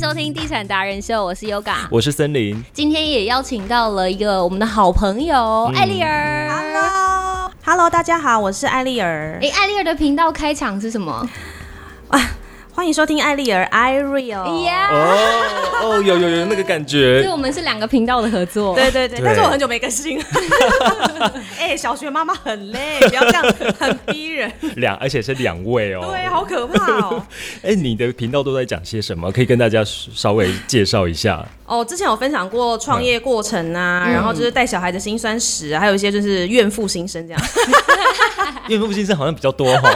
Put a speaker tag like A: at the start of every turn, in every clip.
A: 收听《地产达人秀》，我是 Yoga，
B: 我是森林。
A: 今天也邀请到了一个我们的好朋友艾丽儿。
C: Hello，Hello，大家好，我是艾丽儿。
A: 哎，艾丽儿的频道开场是什么？
C: 欢迎收听艾丽儿 Ariel。
A: 呀，
B: 哦哦，有有有那个感
A: 所以
B: 觉，
A: 我们是两个频道的合作。
C: 对对对，
B: 对
C: 但是我很久没更新。哎、小学妈妈很累，不要这样，很逼人。
B: 两而且是两位哦。
C: 对，好可怕 哦。
B: 哎，你的频道都在讲些什么？可以跟大家稍微介绍一下。
C: 哦，之前有分享过创业过程啊，然后就是带小孩的辛酸史、啊，还有一些就是怨妇心声这样。
B: 岳父先生好像比较多哈、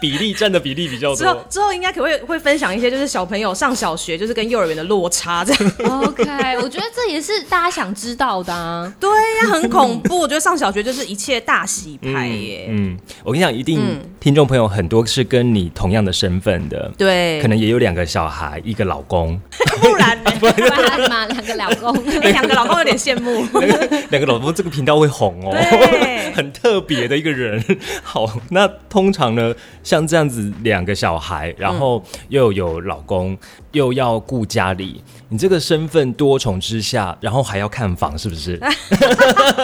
B: 比例占的比例比较
C: 之后
B: 多。
C: 之后应该可会会分享一些就是小朋友上小学就是跟幼儿园的落差这
A: 嗯
C: 样。
A: OK，我觉得这也是大家想知道的啊。
C: 对呀、很恐怖。我觉得上小学就是一切大洗牌耶。
B: 嗯，我跟你讲，一定听众朋友很多是跟你同样的身份的，
C: 对，
B: 可能也有两个小孩，一个老公，
C: 不然 呢？
A: 不然嘛，两个老公。
C: 哎两个老公有点羡 慕。
B: 两个老公这个频道会红哦
C: 对，
B: 很特别的一个人。 好，那通常呢，像这样子两个小孩，然后又有老公，又要顾家里，你这个身份多重之下，然后还要看房，是不 是？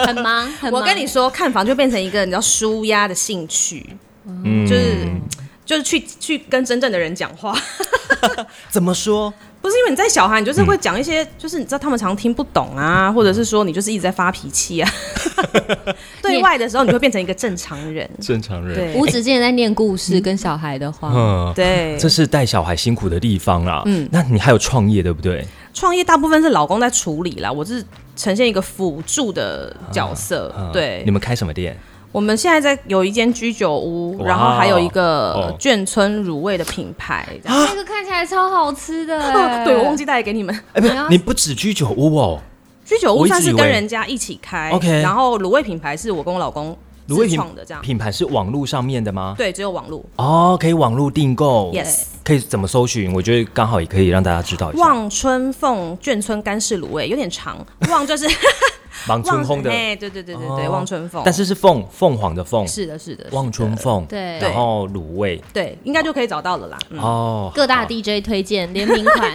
A: 很忙，很忙。
C: 我跟你说，看房就变成一个你知道舒压的兴趣，
B: 嗯，
C: 就是就是去去跟真正的人讲话。
B: 怎么说？
C: 不是因为你在小孩，你就是会讲一
B: 嗯
C: 些，就是你知道他们常听不懂啊，或者是说你就是一直在发脾气啊。 对外的时候，你会变成一个正常人。
B: 正常人。
C: 对
A: 无止境的在念故事跟小孩的话，
B: 嗯，
C: 对，
B: 这是带小孩辛苦的地方啦。嗯，那你还有创业，对不对？
C: 创业大部分是老公在处理啦，我是呈现一个辅助的角色。
B: 嗯
C: 对
B: 你，们开什么店？
C: 我们现在在有一间居酒屋，
B: 哇哦
C: 然后还有一
B: 哦
C: 个眷村卤味的品牌。这样
A: 那个看起来超好吃的欸。
C: 对，我忘记带给你们。
B: 哎，不
A: 我
B: 是
A: 要，
B: 你不止居酒屋哦，
C: 居酒
B: 我
C: 屋
B: 一直
C: 算是
B: 以
C: 跟
B: 为
C: 人家一起开
B: OK
C: 然后卤味品牌是我跟我老公
B: 卤味
C: 自
B: 品
C: 创的这样，
B: 品牌是网络上面的吗？
C: 对，只有网路。
B: 哦，可以网络订购
C: Yes
B: 可以怎么搜寻？我觉得刚好也可以让大家知道一下。
C: 望春凤眷村干式卤味有 点长，望就是
B: 望春风的，
C: 哎，对对对对对，
B: 哦
C: 望春凤，
B: 但是是凤凤凰的凤，
C: 是的，是的，
B: 望春凤，
A: 对
B: 然后卤味，
C: 对，应该就可以找到了啦。嗯，
B: 哦，
A: 各大
B: 好
A: DJ 推荐联名款，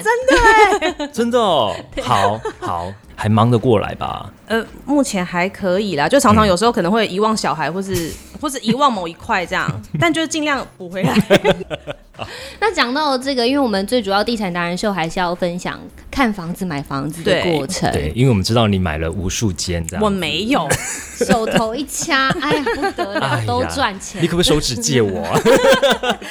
B: 真的哦，好好，还忙得过来吧？
C: 呃，目前还可以啦，就常常有时候可能会遗忘小孩，或是或是遗忘某一块这样，但就是尽量补回来。
B: 啊
A: 那讲到这个，因为我们最主要地产达人秀还是要分享看房子、买房子的
C: 对
A: 过程，
B: 对，因为我们知道你买了无数间，这样
C: 我没有，
A: 手头一掐，哎呀不得
B: 哎
A: 了，
B: 呀
A: 都赚钱
B: 你。可不可以手指借 我、啊？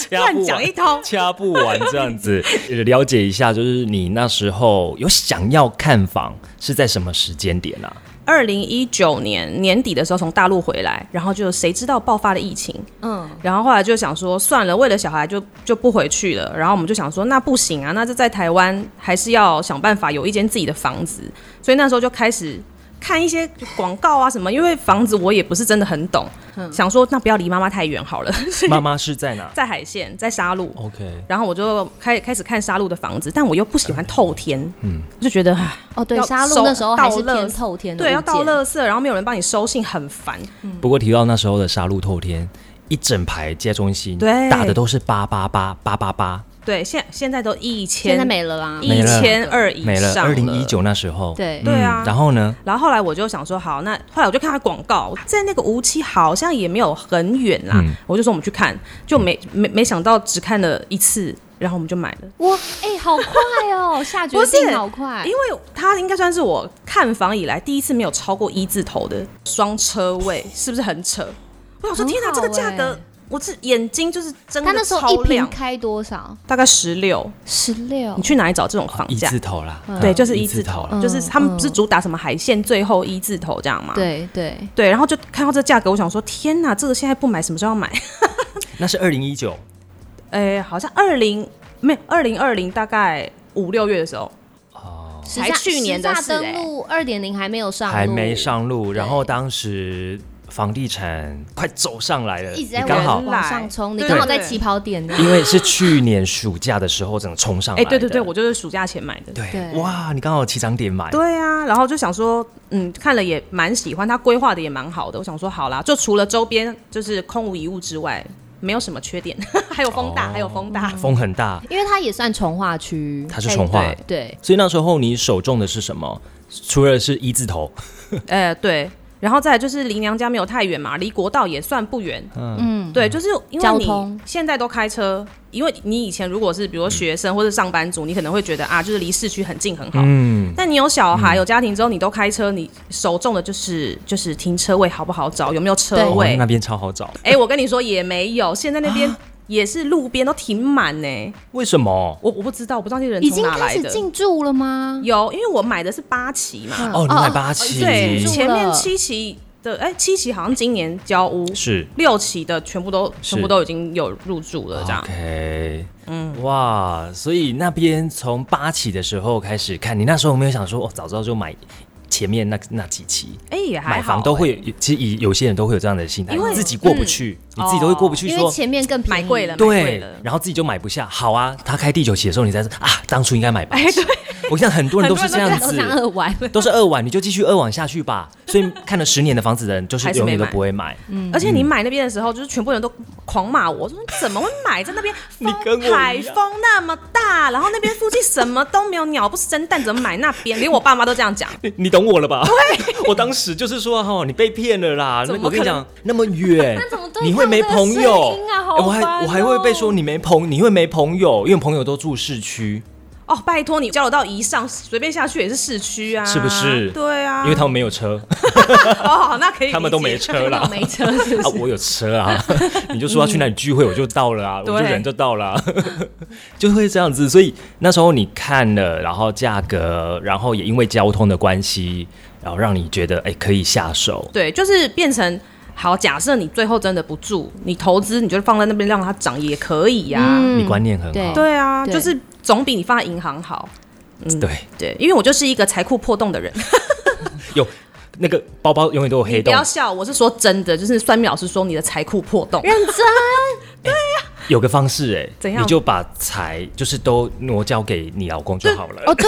B: 掐不
C: 乱
B: 完。
C: 讲一通
B: 掐不完这样子。呃了解一下，就是你那时候有想要看房是在什么时间点 啊？
C: 二零一九年年底的时候从大陆回来，然后就谁知道爆发了疫情，
A: 嗯，
C: 然后后来就想说，算了，为了小孩就就不回去了。然后我们就想说，那不行啊，那就在台湾还是要想办法有一间自己的房子。所以那时候就开始看一些广告啊什么，因为房子我也不是真的很懂，想说那不要离妈妈太远好了，
B: 妈妈是在哪
C: 在海线，在沙鹿。
B: ？OK，
C: 然后我就开开始看沙鹿的房子，但我又不喜欢透天，嗯，就觉得唉
A: 哦对，
C: 要
A: 沙
C: 收
A: 鹿那时候还是
C: 倒垃
A: 偏
C: 圾
A: 透天的物
C: 对，
A: 件，
C: 要倒垃圾，然后没有人帮你收信，很烦。
B: 不过提到那时候的杀戮透天，一整排街中心，
C: 对
B: 打的都是八八八八八八，
C: 对，现现在都一千，
A: 现在没了啦。
B: 没
C: 一
B: 了
C: 千二以
B: 没了。
C: 上
B: 二零一九那时候，嗯
A: 对
C: 对啊
B: 然后呢？
C: 然后后来我就想说，好，那后来我就看他广告，在那个无期好像也没有很远啦，
B: 嗯
C: 我就说我们去看，就没没没想到只看了一次，然后我们就买了。
A: 哇，哎、好快 哦，下决
C: 不是
A: 定好快
C: 因。为它应该算是我看房以来第一次没有超过一字头的双车位，是不是很扯？我想说，
A: 很
C: 天哪，
A: 好
C: 这个价
A: 欸
C: 格，我是眼睛就是睁
A: 他那
C: 的
A: 时候一
C: 超
A: 平
C: 亮，
A: 开多少？
C: 大概十六，
A: 十六
C: 你。去哪里找这种房
B: 一
C: 价
B: 字？头啦，
C: 对，
B: 嗯
C: 就是一
B: 一
C: 字头
B: 头，
C: 了，就是他们不是主打什么海鲜最后一字头这样吗？。
A: 对对，
C: 对，然后就看到这价格，我想说天哪，这个现在不买什么时候要买？
B: 那是二零一九，
C: 哎，好像二零没有二零二零大概五六月的时候，
A: 时
C: 才
A: 下
C: 去年的事
A: 时下登录二点零还没有上路，
B: 哎还没，上路，然后当时房地产快走上来了，
A: 一直在
B: 你刚好
A: 往往上冲。你
C: 对
A: 刚好在
C: 对
A: 起跑点呢。
B: 因为是去年暑假的时候整个冲上来
C: 哎，
B: 的。
C: 对对对，我就是暑假前买的。
B: 对
A: 对
B: 哇，你刚好起涨点买，
C: 对啊，然后就想说，嗯，看了也蛮喜欢，它规划的也蛮好的。我想说，好啦，就除了周边就是空无一物之外，没有什么缺点， 还有风
B: 哦
C: 大，还有风大。
B: 风很大，
A: 因为它也算从化区，
B: 它是从化。
C: 哎
A: 对，
B: 所以那时候你手中的是什么？除了是一字头，
C: 呃，对。然后再来就是离娘家没有太远嘛，离国道也算不远。
A: 嗯，
C: 对，就是因为
A: 交
C: 你
A: 通
C: 现在都开车，因为你以前如果是比如说学生或者上班族，你可能会觉得啊，就是离市区很近很好。
B: 嗯，
C: 但你有小孩、有家庭之后，你都开车，你首重的就是就是停车位好不好找，有没有车
A: 对
B: 哦
C: 位
B: 那？边超好找，
C: 哎、我跟你说也没有，现在那 边也是路边都停满呢、
B: 为什么？
C: 我我不知道，我不知道那些人
A: 已
C: 从
A: 经
C: 哪
A: 开
C: 来
A: 始
C: 的。
A: 进驻了吗？
C: 有，因为我买的是八旗嘛，
B: 哦，你买八旗，
C: 嗯对，
A: 住
C: 前面
A: 了
C: 七旗的，哎、七旗好像今年交屋，
B: 是
C: 六旗的全部都全部
B: 是
C: 都已经有入住了，这样。
B: OK，嗯，哇，所以那边从八起的时候开始看，你那时候有没有想说，哦，早知道就买前面那那几期，
C: 哎、也还好、
B: 买房都会有，其实有些人都会有这样的心态，
C: 因为嗯哦
B: 自己过不去，你自己都会过不去
A: 因
B: 说
A: 为。前面更便宜
C: 买贵了买贵
B: 对
C: 了，
B: 然后自己就买不下。好啊，他开第九期的时候，你才是啊，当初应该买 八期。我想很多人都是这样
A: 都
B: 子，
A: 上二万，
B: 都是二晚，你就继续二晚下去吧。所以看了十年的房子的人，就是
C: 还是
B: 永远
C: 没
B: 都
C: 买
B: 不会买。
C: 而且你买那边的时候，就是全部人都狂骂我，说你怎么会买在那边？
B: 你跟我一
C: 风
B: 样
C: 海风那么大，然后那边附近什么都没有，鸟不生蛋，怎么买那 边？连我爸妈都这样讲。
B: 你你懂我了吧？ 我当时就是说哈、你被骗了啦！
C: 怎
B: 那
C: 么
B: 我跟你
C: 可能
B: 讲，那么远
A: 那怎么，对
B: 你会没朋
A: 抗这个
B: 友
A: 声音啊好
B: 哎我还
A: 烦哦
B: 我还会被说你没朋，你会没朋友，因为朋友都住市区，
C: 哦，拜托你交流到一上，随便下去也是市区啊，
B: 是不是
C: 对啊，
B: 因为他们没有车
C: 哦，那可以理解，
B: 他们都没车啦
A: 没车是不
B: 啊，
A: 是？
B: 我有车啊， 你就说要去哪里聚会，我就到了啊，我
A: 嗯
B: 就
C: 对
B: 人就到了、啊， 就会这样子。所以那时候你看了，然后价格，然后也因为交通的关系，然后让你觉得哎、可以下手，
C: 对，就是变成好。假设你最后真的不住，你投资你就放在那边让它涨也可以呀、
B: 你观念很好，
A: 嗯对
C: 嗯对啊，
A: 对
C: 就是总比你放在银行好。
B: 对，
C: 对，因为我就是一个财库破洞的人，
B: 有那个包包永远都有黑
C: 不
B: 洞
C: 要，笑，我是说真的，就是算命老师说你的财库破洞，
A: 认真，
B: 有个方式哎、
C: 怎样
B: 你就把财就是都挪交给你老公就好了。
A: 哦，对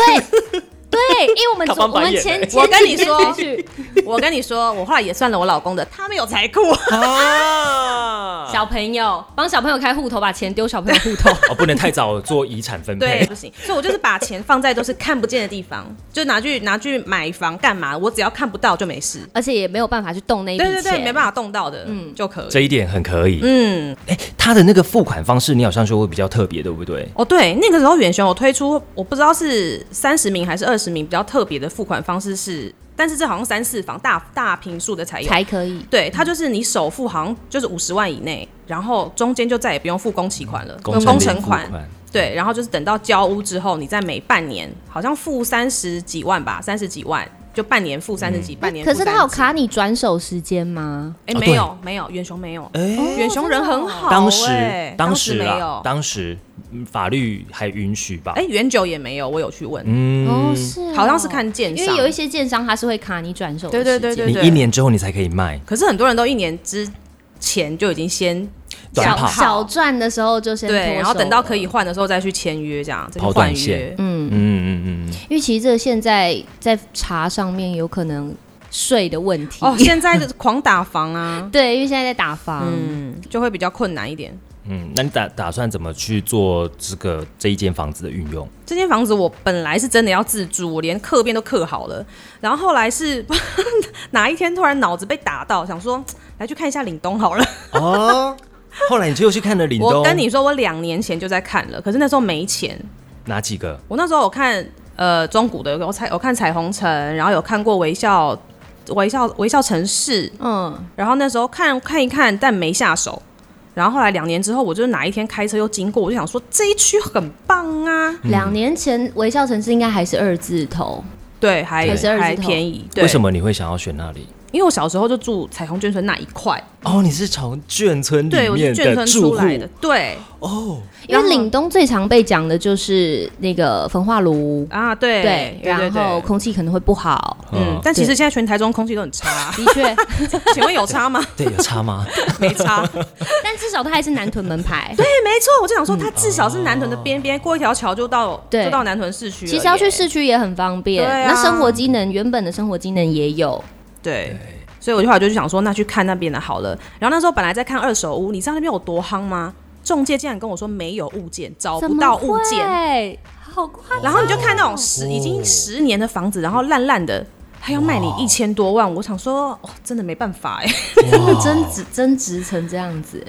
A: 对，因为我们
B: 他
A: 昨
B: 翻
A: 我
B: 白
A: 们
B: 眼
A: 前
B: 欸
A: 前
C: 我跟
A: 几
C: 你
A: 天
C: 说
A: 去
C: 我跟你说，我后来也算了我老公的，他没有财库，
B: 啊
A: 小朋友帮小朋友开户头，把钱丢小朋友户头，
B: 哦，不能太早做遗产分
C: 对，
B: 配
C: 不。行，所以我就是把钱放在都是看不见的地方，就拿去拿去买房干嘛，我只要看不到就没事。
A: 而且也没有办法去动那一笔
C: 对
A: 钱，
C: 对对，没办
A: 法。
C: 法动到的，嗯，就可以。
B: 这一点很可以。
C: 嗯，
B: 哎、他的那个付款方式，你好像说会比较特别，对不对？
C: 哦对，那个时候远雄我推出，我不知道是三十名还是二十名比较特别的付款方式是，但是这好像三四房大大平数的才有。
A: 才可以，
C: 对，它就是你首付好像就是五十万以内，然后中间就再也不用付工期款了，
B: 工
C: 工
B: 程
C: 程
B: 付
C: 款。对，然后就是等到交屋之后，你再每半年好像付三十几万吧，三十几万就半年付三十几，半年
A: 嗯
C: 付
A: 哎可是他有
C: 30几
A: 卡你转手时间吗？
C: 哎、
B: 哦
C: 没
B: 对
C: 有没有，远雄没有，
B: 哎
A: 哦
C: 远雄人很
A: 啊
C: 好、
B: 当时
C: 哎，
B: 当
C: 时
B: 时
C: 没
B: 啊
C: 有，，
B: 当时嗯法律还允许吧？嗯
C: 哎、远九也没有，我有去问，
A: 哦，是哦，
C: 好像是看建商，
A: 因为有一些建商他是会卡你转手的
C: 对
A: 时间，
C: 对对对
B: 你一年之后你才可以卖，
C: 可是很多人都一年之前就已经先
B: 短
A: 小
B: 跑
C: 想好
A: 小赚的时候就先脱
C: 对，
A: 手
C: 然后等到
A: 了
C: 可以换的时候再去签约，这样再去
B: 跑
C: 换
B: 短线
C: 约，
B: 嗯嗯嗯嗯，
A: 因为其实这个现在在查上面有可能税的问题。，
C: 哦，现在就是狂打房啊
A: 对，因为现在在打房，
C: 嗯，就会比较困难一点。
B: 嗯，那你打打算怎么去做这个这一间房子的运用？
C: 这间房子我本来是真的要自住，我连客变都刻好了。然后后来是 哪一天突然脑子被打到，想说来去看一下岭东好了。
B: 哦，后来你就去看了岭东，
C: 我跟你说，我两年前就在看了，可是那时候没钱。
B: 哪几个？
C: 我那时候我看呃中古的，我彩我看彩虹城，然后有看过微笑微笑微笑城市，
A: 嗯，
C: 然后那时候看看一看，但没下手。然后后来两年之后，我就是哪一天开车又经过，我就想说这一区很棒啊，
A: 两年前微笑城市应该还是二字头，
C: 对，还
A: 还是二字
C: 还
A: 头
C: 便宜。对
B: 为什么你会想要选那里？
C: 因为我小时候就住彩虹眷村那一块，
B: 哦，你是从眷村里
C: 对我是
B: 面
C: 眷村
B: 的
C: 出
B: 住户
C: 来的，对
B: 哦，
A: 因
C: 然后
A: 为岭东最常被讲的就是那个焚化炉，
C: 啊，对
A: 对，然后空气可能会不好，
C: 嗯
B: 嗯，，
C: 但其实
A: 对，
C: 现在全台中空气都很差
A: 的确，
C: 请问有差吗？
B: 对，有差吗？
C: 没差，对，
A: 但至少它还是南屯门牌。
C: 没错，我就想说，它至少是南屯的
B: 嗯
C: 边
B: 哦
C: 边，过一条桥就到，
A: 对
C: 就到南屯市区了耶。
A: 其实要去市区也很方便，
C: 对啊
A: 那生活机能原本的生活机能也有，
C: 对，所所以我就后来就去想说，那去看那边的好了。然后那时候本来在看二手屋，你知道那边有多夯吗？中介竟然跟我说没有物件，找
A: 怎
C: 不
A: 么
C: 到物件。
A: 会，好夸张。
C: 然后你就看那种十、已
B: 哦
C: 经十年的房子，然后烂烂的，还要卖你一千多万，我想说，哦，真的没办法哎、
A: 增值增值成这样子，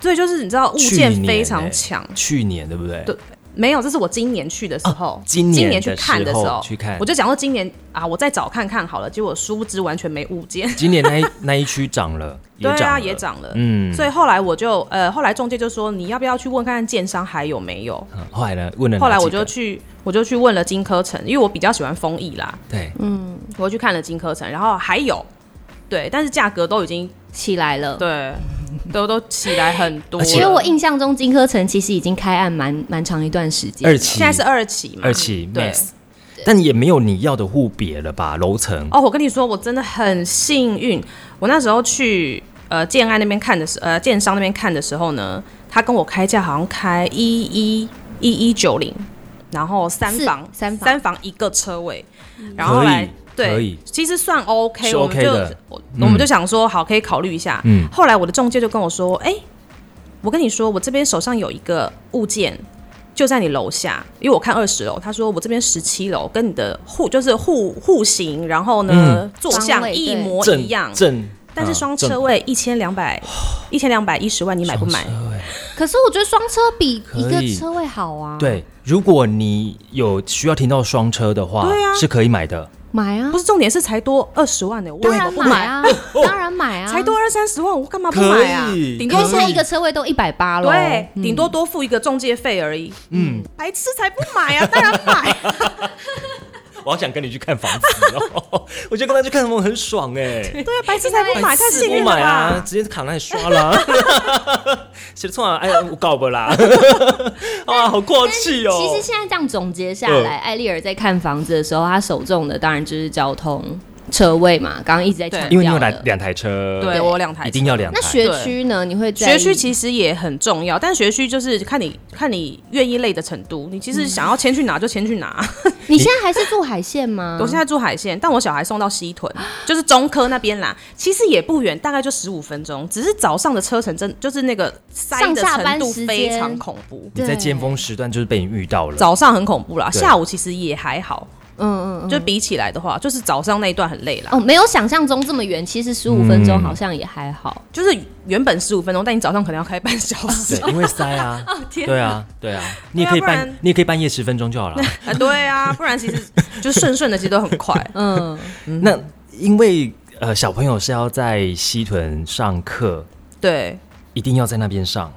C: 所以就是你知道物
B: 去
C: 件
B: 年
C: 非
B: 欸
C: 常强，
B: 去年对不对？
C: 对没有，这是我今年去的时
B: 啊
C: 候，
B: 今年
C: 今
B: 的
C: 去看的
B: 时候
C: 时
B: 去看
C: 我就讲说今年啊，我再找看看好了，结果殊不知完全没物件，
B: 今年那一那一区涨了，也
C: 对
B: 涨
C: 啊，
B: 了，
C: 也。涨了，
B: 嗯，
C: 所以后来我就呃，后来中介就说你要不要去问看看建商还有没有，
B: 嗯后来呢？问了哪
C: 后来我
B: 几个
C: 就去我就去问了金科城，因为我比较喜欢丰益啦，
B: 对，
C: 嗯我去看了金科城，然后还有。对，但是价格都已经
A: 起来了。
C: 对，都都起来很多
B: 而
C: 了。
B: 且
A: 因为我印象中金科城其实已经开案蛮蛮长一段时间了，
B: 二期
C: 现在是二期嘛，
B: 二期
C: 对。
B: max，但也没有你要的户别了吧？楼层
C: 哦，我跟你说，我真的很幸运。我那时候去呃建安那边看的时，呃建商那边看的时候呢，他跟我开价好像开一一一一九零，然后三
A: 四
C: 房
A: 三房
C: 三房一个车位，然后后
B: 可以
C: 来
B: 可
C: 对
B: 以，
C: 其实算 OK，
B: 是
C: 我们
B: OK
C: 就
B: 的
C: 我我们就想说好可以考虑一下。
B: 嗯
C: 后来我的中介就跟我说，哎、我跟你说，我这边手上有一个物件。就在你楼下，因为我看二十楼，他说我这边十七楼跟你的户就是户户型，然后呢、
B: 嗯
C: 坐
A: 方
C: 向
A: 位
C: 一
A: 对
C: 模
B: 正
C: 一样，
B: 正，
C: 但是
B: 嗯
C: 双
B: 正哦
C: 车位一千两百一千两百一十万，你买不买？
B: 车位
A: 可是我觉得双车比一
B: 可
A: 个
B: 以
A: 车位好啊。，
B: 对，如果你有需要听到双车的话，
C: 对啊
B: 是可以买的。
A: 买啊
C: 不，是重点是才多二十万呢、我
A: 当
C: 为什么
A: 然
C: 不
A: 买
C: 买？
A: 啊，当然买啊，
C: 才多二三十万，我干嘛不买啊？
B: 可以
C: 顶
A: 因
C: 多
A: 为
B: 可
A: 现
B: 以
A: 在一个车位都一百八嗯了。
C: 对，顶多多付一个中介费而已。嗯，白痴才不买啊！当然买，
B: 我好想跟你去看房子哦，我觉得跟他去看房很爽哎、
C: 对啊，白痴才不买，太幸运
B: 不
C: 了
B: 买啊，
C: 吧？
B: 直接卡那里刷啦。 写错啊，哎呀，我搞不 啦，啊，好过气哦。
A: 其实现在这样总结下
C: 嗯
A: 来，艾丽尔在看房子的时候，她首重的当然就是交通车位嘛，刚刚一直在强
C: 对
B: 因为你有两
A: 调的
B: 两台车，
C: 对我有两台车
B: 一定要两台。
A: 那学区呢？你会在
C: 学
A: 意
C: 区其实也很重要，但学区就是看你看你愿意累的程度。你其实
A: 嗯
C: 想要迁去哪就迁去哪。
A: 你现在还是住海线吗？
C: 我现在住海线，但我小孩送到西屯，就是中科那边啦。其实也不远，大概就十五分钟。只是早上的车程真就是那个塞
A: 上
C: 的
A: 下班
C: 程度
A: 时
C: 非
A: 间
C: 常恐怖，
B: 你在
A: 对
B: 尖峰时段就是被你遇到了，
C: 早上很恐怖啦，
B: 对
C: 下午其实也还好。
A: 嗯嗯嗯，
C: 就比起来的话，就是早上那一段很累啦，
A: 哦，没有想象中这么远，其实十五分
C: 嗯
A: 钟好像也还好。
C: 就是原本十五分钟，但你早上可能要开半小时。
B: 对，因为塞啊，
C: 哦
B: 对啊，对啊，你也可以
C: 不然
B: 半，你也可以半夜十分钟就好 了。
C: 啊，对啊，不然其实就顺顺的，其实都很快。
A: 嗯，
B: 那因为呃，小朋友是要在西屯上课，
C: 对，
B: 一定要在那边上。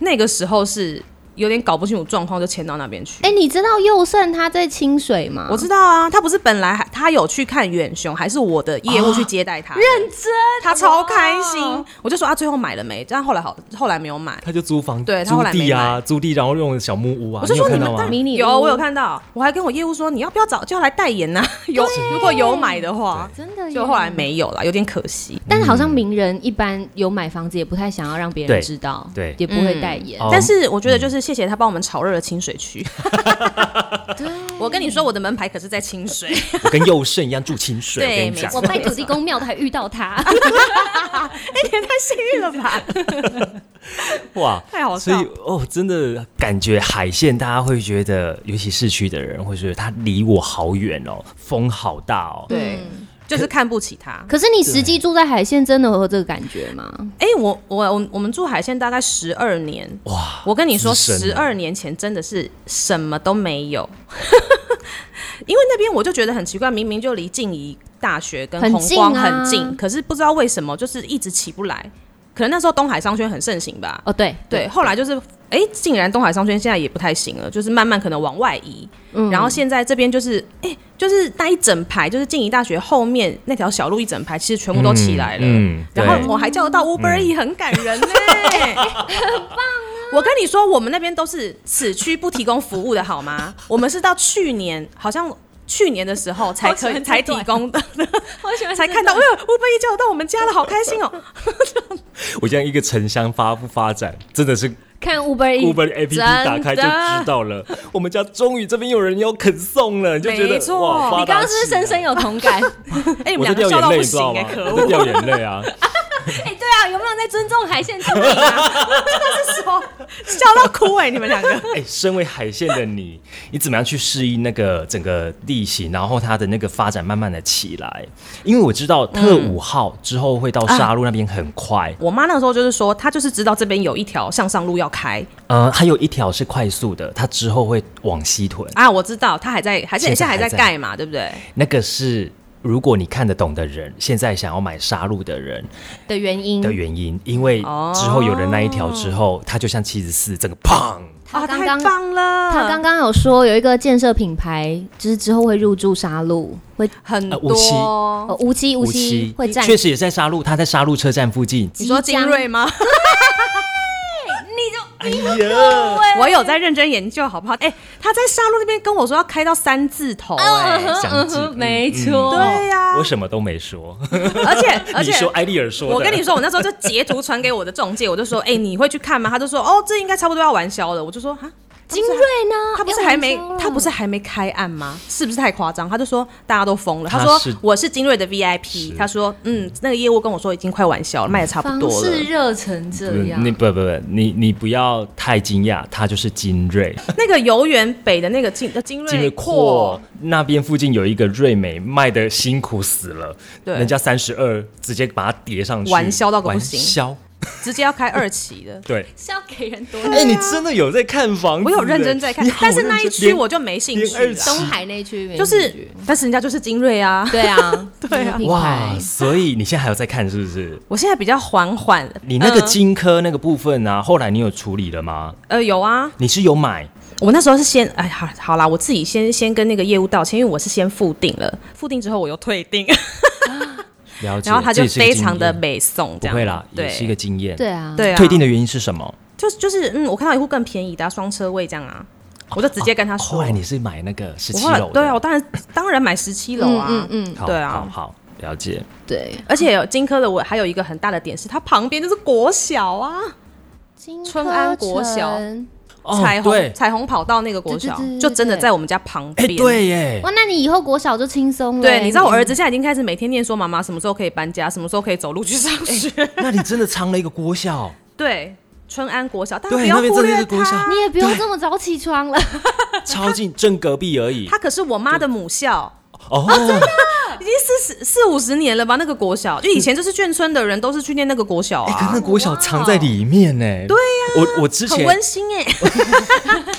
C: 那个时候是有点搞不清楚状况，就迁到那边去。
A: 哎、你知道佑胜他在清水吗？
C: 我知道啊，他不是本来还他有去看远雄，还是我的业务去接待他的，
A: 认真，
C: 他超开心。我就说他啊最后买了没？但后来好，后来没有买。
B: 他就租房，
C: 对他
B: 租
C: 后来没
B: 地啊，
C: 买
B: 租地，然后用小木屋啊，
C: 我就说
B: 有看
C: 你
B: 到
C: 们
B: 吗
C: 代？
A: 迷你
C: 有
A: 屋
C: 我有看到，我还跟我业务说你要不要找就要来 代言呐、啊有如果有买的话，
A: 真的耶，
C: 就后来没有啦，有点可惜。
A: 但是好像名人一般有买房子，也不太想要让别人
B: 对
A: 知道，
B: 对
A: 也不会代言。
B: 哦
C: 但是我觉得就是谢谢他帮我们炒热了清水区。
A: 对，
C: 我跟你说，我的门牌可是在 清水。
B: 我跟佑胜一样住清水，我
C: 对
B: 跟你
C: 没
B: 讲
A: 我，拜土地公庙还遇到 他，
C: 也太幸运了吧！
B: 哇，
C: 太好
B: 所
C: 笑
B: 以哦，真的感觉海线，大家会觉得，尤其市区的人会觉得它离我好远哦，风好大哦。
C: 对，就是看不起他。
A: 可是你实际住在海线，真的有这个感觉吗？
C: 哎、我我我我们住海线大概十二年，
B: 哇，
C: 我跟你说，
B: 资深
C: 十
B: 了
C: 二年前真的是什么都没有， 因为那边我就觉得很奇怪，明明就离静宜大学跟
A: 很
C: 红光
A: 近啊
C: 很近，可是不知道为什么就是一直起不来。可能那时候东海商圈很盛行吧，
A: 哦，对
C: 对，，后来就是，哎、竟然东海商圈现在也不太行了，就是慢慢可能往外移，
B: 嗯
C: 然后现在这边就是，哎、就是那一整排，就是静宜大学后面那条小路一整排，其实全部都起来了。
B: 嗯嗯
C: 然后
B: 对
C: 我还叫得到 Uber E，、很感人呢、很棒啊！ 我跟你说，我们那边都是此区不提供服务的好吗？我们是到去年好像。去年的时候才
A: 好
C: 可
A: 喜
C: 以
A: 欢这
C: 才提供 的，
A: 我喜欢
C: 才看到，哎呦，Uber E 叫得到我们家了，好开心哦！
B: 我这样一个城乡发不发展，真的是
A: 看 Uber Eats
B: Uber APP 打开就知道了。我们家终于这边有人要肯送了，你就觉
C: 没
B: 得
C: 错
B: 哇，
A: 你
B: 发
A: 刚
C: 啊
B: 达
A: 刚是不是
B: 起来
A: 深深有同 感？
C: 哎、你
B: 我
C: 们
B: 在
C: 两
B: 掉眼
C: 个笑到
B: 泪，
C: 不
B: 你知
C: 行
B: 道
C: 哎、
B: 吗？
C: 可
B: 我在
C: 恶！
B: 掉眼泪啊！
A: 哎、对啊，有没有在尊重海鲜经理啊？
C: 笑到哭哎、你们两个。
B: 哎、身为海线的你，你怎么样去适应那个整个地形，然后它的那个发展慢慢的起来？因为我知道特
A: 嗯
B: 五号之后会到沙鹿
A: 啊
B: 那边很快，
C: 我妈那个时候就是说，她就是知道这边有一条向上路要开
B: 呃，还有一条是快速的，它之后会往西屯，
C: 啊，我知道她还在，还是
B: 现在
C: 现在还在
B: 还在
C: 盖嘛，对不对？
B: 那个是。如果你看得懂的人，现在想要买沙鹿的人
A: 的原因
B: 的原因，因为之后有了那一条之
A: 哦
B: 后，它就像七十四整个砰，
A: 他
C: 啊，
A: 刚
C: 太
A: 刚、
C: 棒了！
A: 他刚刚有说有一个建设品牌，就是之后会入驻沙鹿，会
C: 很
B: 呃无锡
C: 多，
A: 呃无期无期会占。
B: 确实也在沙鹿，它在沙鹿车站附 近。
C: 你说
A: 即将
C: 精锐吗？
B: 哎
A: 嗯
B: 呀，
C: 我有在认真研究，好不好？哎、他在沙鹿那边跟我说要开到三字头、哎、
B: 想起
A: 没错
C: 对呀
B: 嗯我什么都没说，
C: 而且而
B: 你说
C: 且。
B: 艾丽尔说的，
C: 我跟你说，我那时候就截图传给我的中介，我就说：“哎、你会去看吗？”他就说：“哦，这应该差不多要完销了。”我就说：“哈，
A: 精锐啊呢？
C: 他不是还没
A: 要完成了
C: 他不是还没开案吗？是不是太夸张？”他就说：“大家都疯了。”
B: 他
C: 他说
B: 是：“
C: 我是精锐的 VIP。”他说：“嗯，那个业务跟我说已经快完销了，卖的差不
A: 房
C: 多了。”
A: 市热成这
B: 嗯
A: 样
B: 你，不不不，你你不要太惊讶，它就是精锐，
C: 那个游园北的那个精精
B: 精
C: 锐
B: 锐扩那边附近有一个瑞美，卖的辛苦死了，
C: 对
B: 人家三十二直接把它叠上去，
C: 玩销到个不行
B: 玩销
C: 直接要开二期 的，
B: 对。
A: 是要给人多
B: 哎、你真的有在看房子？欸
C: 我有认真在看
B: 你，好
C: 但是那一
B: 认真
C: 区我就没兴
B: 连
C: 趣
B: 二
C: 了。
B: 期
A: 东海那区没
C: 就是，但是人家就是精锐啊。
A: 对啊，
C: 对啊
A: 品
B: 哇，
A: 牌
B: 所以你现在还有在看是不是？
C: 我现在比较缓缓。
B: 你那个
C: 嗯
B: 荆轲那个部分啊，后来你有处理了吗？
C: 呃有啊，
B: 你是有买
C: 我那时候是先哎好好啦，我自己先先跟那个业务道歉，因为我是先付定了，付定之后我又退订，
B: 了解，
C: 然后他
B: 这
C: 就
B: 也是一个
C: 非
B: 经
C: 常的
B: 验
C: 美送这
B: 不
C: 样。
B: 会啦，也是一个
C: 对
B: 经验。
A: 对啊，
C: 对啊，
B: 退订的原因是什么？
C: 就是就是嗯，我看到一户更便宜的啊双、车位这样啊，我就直接跟他说。
B: 哦后来你是买那个十
C: 我
B: 七
C: 后来
B: 楼的，
C: 对啊，我当然当然买十七楼啊。
A: 嗯嗯嗯，
B: 好，
C: 对啊
B: 好好了解。
A: 对，
C: 而且有荆轲的，我还有一个很大的点是，它旁边就是国小啊，春安国小
A: 金科城
C: 彩虹
B: 哦对，
C: 彩虹跑道那个国
A: 对对
C: 小
A: 对对，
C: 就真的
A: 对
C: 在我们家旁
B: 哎
C: 边。
B: 对耶
A: 哇，，那你以后国小就轻松了。
C: 对，你知道我儿
A: 嗯
C: 子现在已经开始每天念说妈妈什么时候可以搬家，什么时候可以走路去上学。
B: 那你真的藏了一个国小，
C: 对，春安国小，大家不
B: 对，
C: 要
B: 那边
C: 忽
B: 真的是
C: 略
B: 个国小
C: 它，，
A: 你也不用这么早起床 了，
B: 超近正隔壁而已。
C: 它可是我妈的母校，
B: 哦，
C: 已经四十四五十年了吧？那个国小，就以前就是眷村的人都是去念那个国小
B: 哎，可是
C: 啊
B: 那，国小藏在里面呢。对呀，我我之
C: 很
B: 前
C: 温馨哎。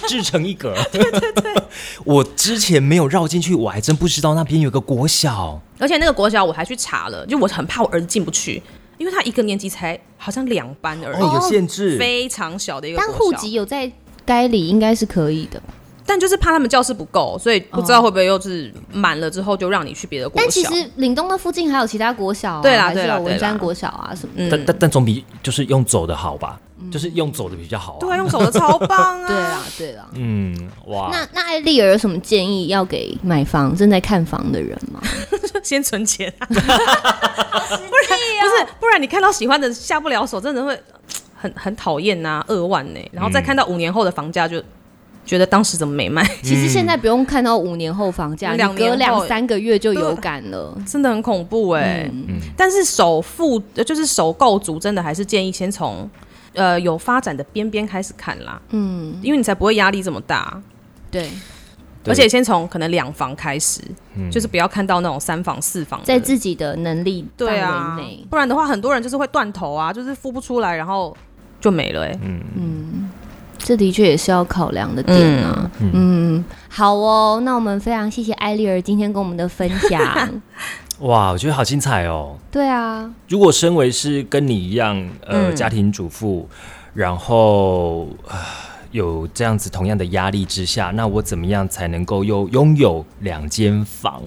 B: 制成一格，对对对， 我之前没有绕进去，我还真不知道那边有个国小。
C: 而且那个国小我还去查了，就我很怕我儿子进不去，因为他一个年级才好像两班而已，
B: 哦，有限制，
C: 非常小的一个
A: 但
C: 国
A: 户
C: 小。
A: 籍有在该里应该是可以的吧。
C: 但就是怕他们教室不够，所以不知道会不会又是满了之后就让你去别的
A: 嗯
C: 国
A: 但其
C: 小。
A: 实岭东的附近还有其他国小啊，
C: 对啦
A: 还是有
C: 对啦嗯
A: 文
C: 对
A: 山
C: 啦
A: 国小啊什么的。
B: 但但但总比就是用走的好吧？就是用走的比较好啊。
C: 对啊，用手的超棒 啊！
A: 对啦，对啦。
B: 嗯，哇，
A: 那那艾丽儿有什么建议要给买房正在看房的人 吗？
C: 先存钱、 不然
A: 啊
C: 不是不然你看到喜欢的下不了手，真的会很很讨厌呐，二万呢、然后再看到五年后的房价就。觉得当时怎么没卖，
A: 其实现在不用看到五年后房价，
C: 嗯两
A: 你隔
C: 年后
A: 两三个月就有感了。
C: 真的很恐怖哎、
A: 嗯
C: 但是首付呃就是首购族，真的还是建议先从呃有发展的边边开始看啦，
A: 嗯，
C: 因为你才不会压力这么大。
A: 对，
B: 对
C: 而且先从可能两房开始，就是不要看到那种三房四房的
A: 在自己的能力范
C: 对啊
A: 围内，，
C: 不然的话很多人就是会断头啊，就是付不出来，然后就没了哎、欸。
A: 这的确也是要考量的点啊。嗯好哦，那我们非常谢谢艾丽儿今天跟我们的分 享。
B: 哇，我觉得好精彩哦！
A: 对啊，
B: 如果身为是跟你一样，呃，
C: 嗯
B: 家庭主妇，然后呃有这样子同样的压力之下，那我怎么样才能够又拥有两间房？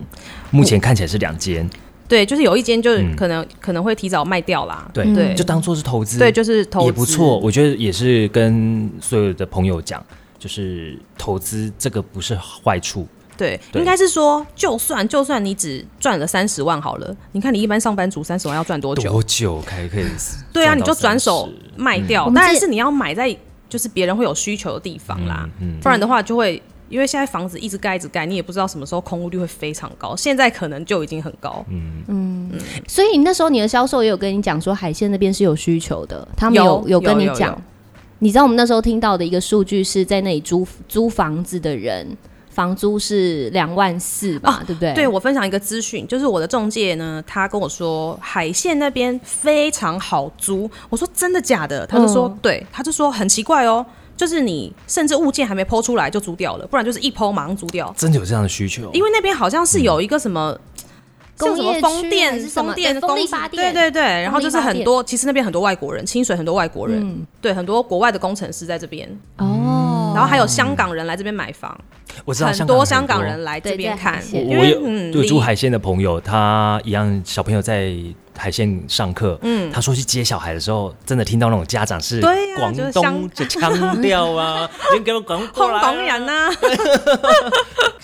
B: 目前看起来是两间，
C: 对，就是有一间就是
B: 嗯
C: 可能、可能会提早卖掉啦。
B: 对，
A: 对
B: 就当做是投资，
C: 对，就是投资
B: 也不错。。我觉得也是跟所有的朋友讲，就是投资这个不是坏处，
C: 对，
B: 对
C: 应该是说，就算就算你只赚了三十万好了，你看你一般上班族三十万要赚多久？
B: 多久才可以？
C: 对啊，你就转手卖掉。
A: 嗯
C: 当然是你要买在就是别人会有需求的地方啦，
B: 嗯嗯
C: 不然的话就会。因为现在房子一直盖一直盖，你也不知道什么时候空屋率会非常高，现在可能就已经很高。
A: 所以那时候你的销售也有跟你讲说，海鲜那边是有需求的，他们有
C: 有
A: 跟你
C: 有有
A: 讲
C: 有。
A: 你知道我们那时候听到的一个数据是在那里租租房子的人，房租是两万四吧，对不对？
C: 哦对我分享一个资讯，就是我的中介呢，他跟我说海线那边非常好租。我说真的假的？他就说、
A: 嗯
C: 对，他就说很奇怪哦，就是你甚至物件还没剖出来就租掉了，不然就是一剖马上租
A: 哦
C: 掉，
B: 真的有这样的需求？
C: 因为那边好像是有一个什么。像什么
A: 嗯工业区
C: 风
A: 还是
C: 电、
A: 什么
C: 风电
A: 对风力
C: 公司
A: 发电
C: 对对对，然后就是
A: 风力发嗯
C: 很多，其实那边很多外国人，清水很多外国人，对，很多国外的工程师在这边，
A: 哦，
C: 然后还有香港人来这边买房，
B: 我知道
C: 很
B: 多
C: 多香港人来这
A: 对
C: 边
A: 在海
C: 看，
A: 鲜
B: 我
C: 因
B: 我
C: 为
B: 有
C: 嗯，
B: 有
C: 离
B: 住海鲜的朋友，他一样小朋友在海鲜上课，嗯，他说去接小孩的时候，真的听到那种家长是
C: 对啊
B: 广
C: 就是
B: 东
C: 香
B: 的腔调啊，你给我赶快
C: 香
B: 过来
C: 港
B: 啊，
C: 人呐、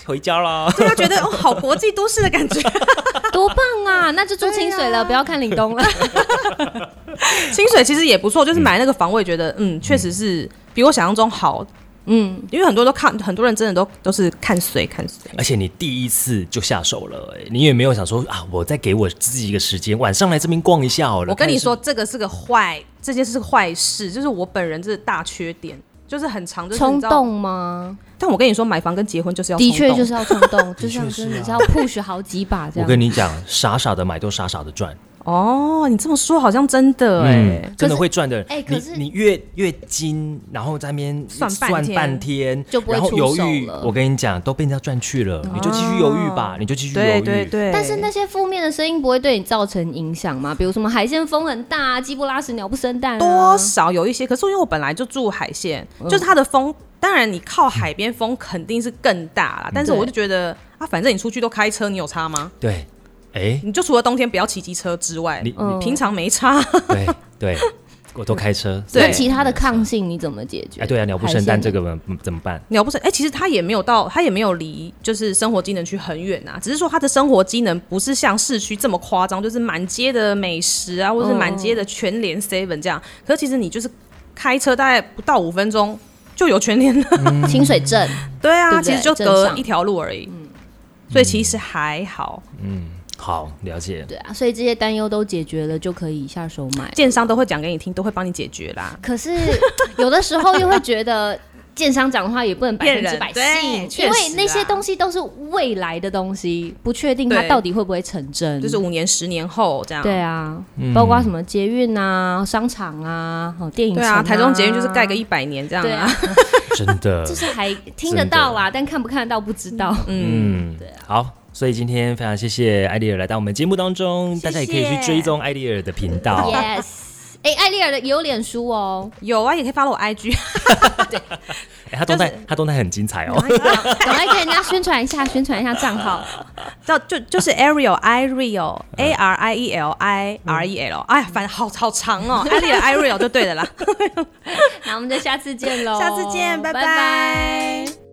B: 回家啦。
C: 对他觉得哦，好国际都市的感 觉。嗯
A: 多棒 啊！那就住清水了，不要看岭东了。
C: 薪水其实也不错，就是买那个房，我也觉得嗯，确实是比我想象中好，
A: 嗯，
C: 因为很多都看，很多人真的都都是看谁看谁。
B: 而且你第一次就下手了、哎你也没有想说啊，我再给我自己一个时间，晚上来这边逛一下好了。
C: 我跟你
B: 看是
C: 说，，这个是个坏，这件事是个坏事，就是我本人这大缺点，就是很长就是
A: 冲
C: 你知道。
A: 动吗？
C: 但我跟你说，买房跟结婚就是要
A: 的确就是是要冲动，就像
B: 的确
A: 真
B: 是
A: 的
B: 啊
A: 是要 push 好几把这
B: 我
A: 样。
B: 跟你讲，傻傻的买都傻傻的赚，
C: 哦，你这么说好像真的哎、
B: 嗯，
A: 可
B: 真的
A: 是
B: 会赚的。
A: 哎可
B: 你
A: 是
B: 你越越精，然后在那边
C: 算半
B: 算
C: 天
B: 半天，
A: 就不会
B: 然后
A: 出
B: 犹
A: 手
B: 豫
A: 了。
B: 我跟你讲，都被人家赚去了，你就继续犹豫
A: 哦
B: 吧，你就继续犹
C: 对
B: 豫。
C: 对对。
A: 但是那些负面的声音不会对你造成影响吗？比如什么海鲜风很大、啊，鸡不拉屎，鸟不生蛋、啊，嗯
C: 多少有一些，可是因为我本来就住海线，就是它的风，当然你靠海边风肯定是更大啦，但
A: 嗯
C: 是我就觉得啊，反正你出去都开车，你有差吗？
B: 对，哎，
C: 你就除了冬天不要骑机车之外，
B: 你
A: 嗯
C: 平常没差。
B: 对对，我都开 车。
C: 对
A: 那其他的抗性你怎么解决？
B: 哎，对啊，鸟不生蛋这个嘛嗯怎么办？
C: 鸟不生，哎、其实它也没有到，它也没有离就是生活机能区很远啊，只是说它的生活机能不是像市区这么夸张，就是满街的美食
A: 嗯
C: 啊，或者是满街的全联 seven 这样。可是其实你就是开车大概不到五分钟就有全联了。
A: 海鲜清水镇，对
C: 对啊，
A: 不对嗯
C: 其实就
A: 镇
C: 隔
A: 上
C: 一条路而已。所以其实还好，
A: 嗯
B: 好，了解。
A: 对啊，所以这些担忧都解决了，就可以下手买。
C: 建商都会讲给你听，都会帮你解决啦。
A: 可是有的时候又会觉得。建商讲的话也不能百分
C: 骗
A: 之
C: 人
A: 百
C: 对
A: 信，
C: 确
A: 因为
C: 实
A: 那些
C: 啊
A: 东西都是未来的东西，不确定它
C: 对
A: 到底会不会成真。
C: 就是五年、十年后这样。
A: 嗯对啊，
B: 嗯
A: 包括什么捷运啊、商场啊、好电影
C: 对
A: 城
C: 啊，台中捷运就是盖个一百年这样
A: 对啊
C: 啊。，
B: 真的
A: 就，是还听得到啦，但看不看得到不知道。
B: 嗯，
A: 啊
B: 好。所以今天非常谢谢艾丽尔来到我们节目当中，大家也可以去追踪艾丽尔的频道。
A: yes，哎，艾丽尔的也有脸书哦，
C: 有啊，也可以发了 我 IG。
B: 哎，他动态他动态很精彩哦。
A: 哎赶快给人家宣传一下，宣传一下账 号。
C: 叫 就就是 Ariel Ariel A R I E L I R E L，哎
A: 嗯
C: 呀，反正好好长哦，艾丽 的 Ariel 就对了啦。
A: 那我们就下次见喽，
C: 下次见，拜
A: 哦拜
C: 拜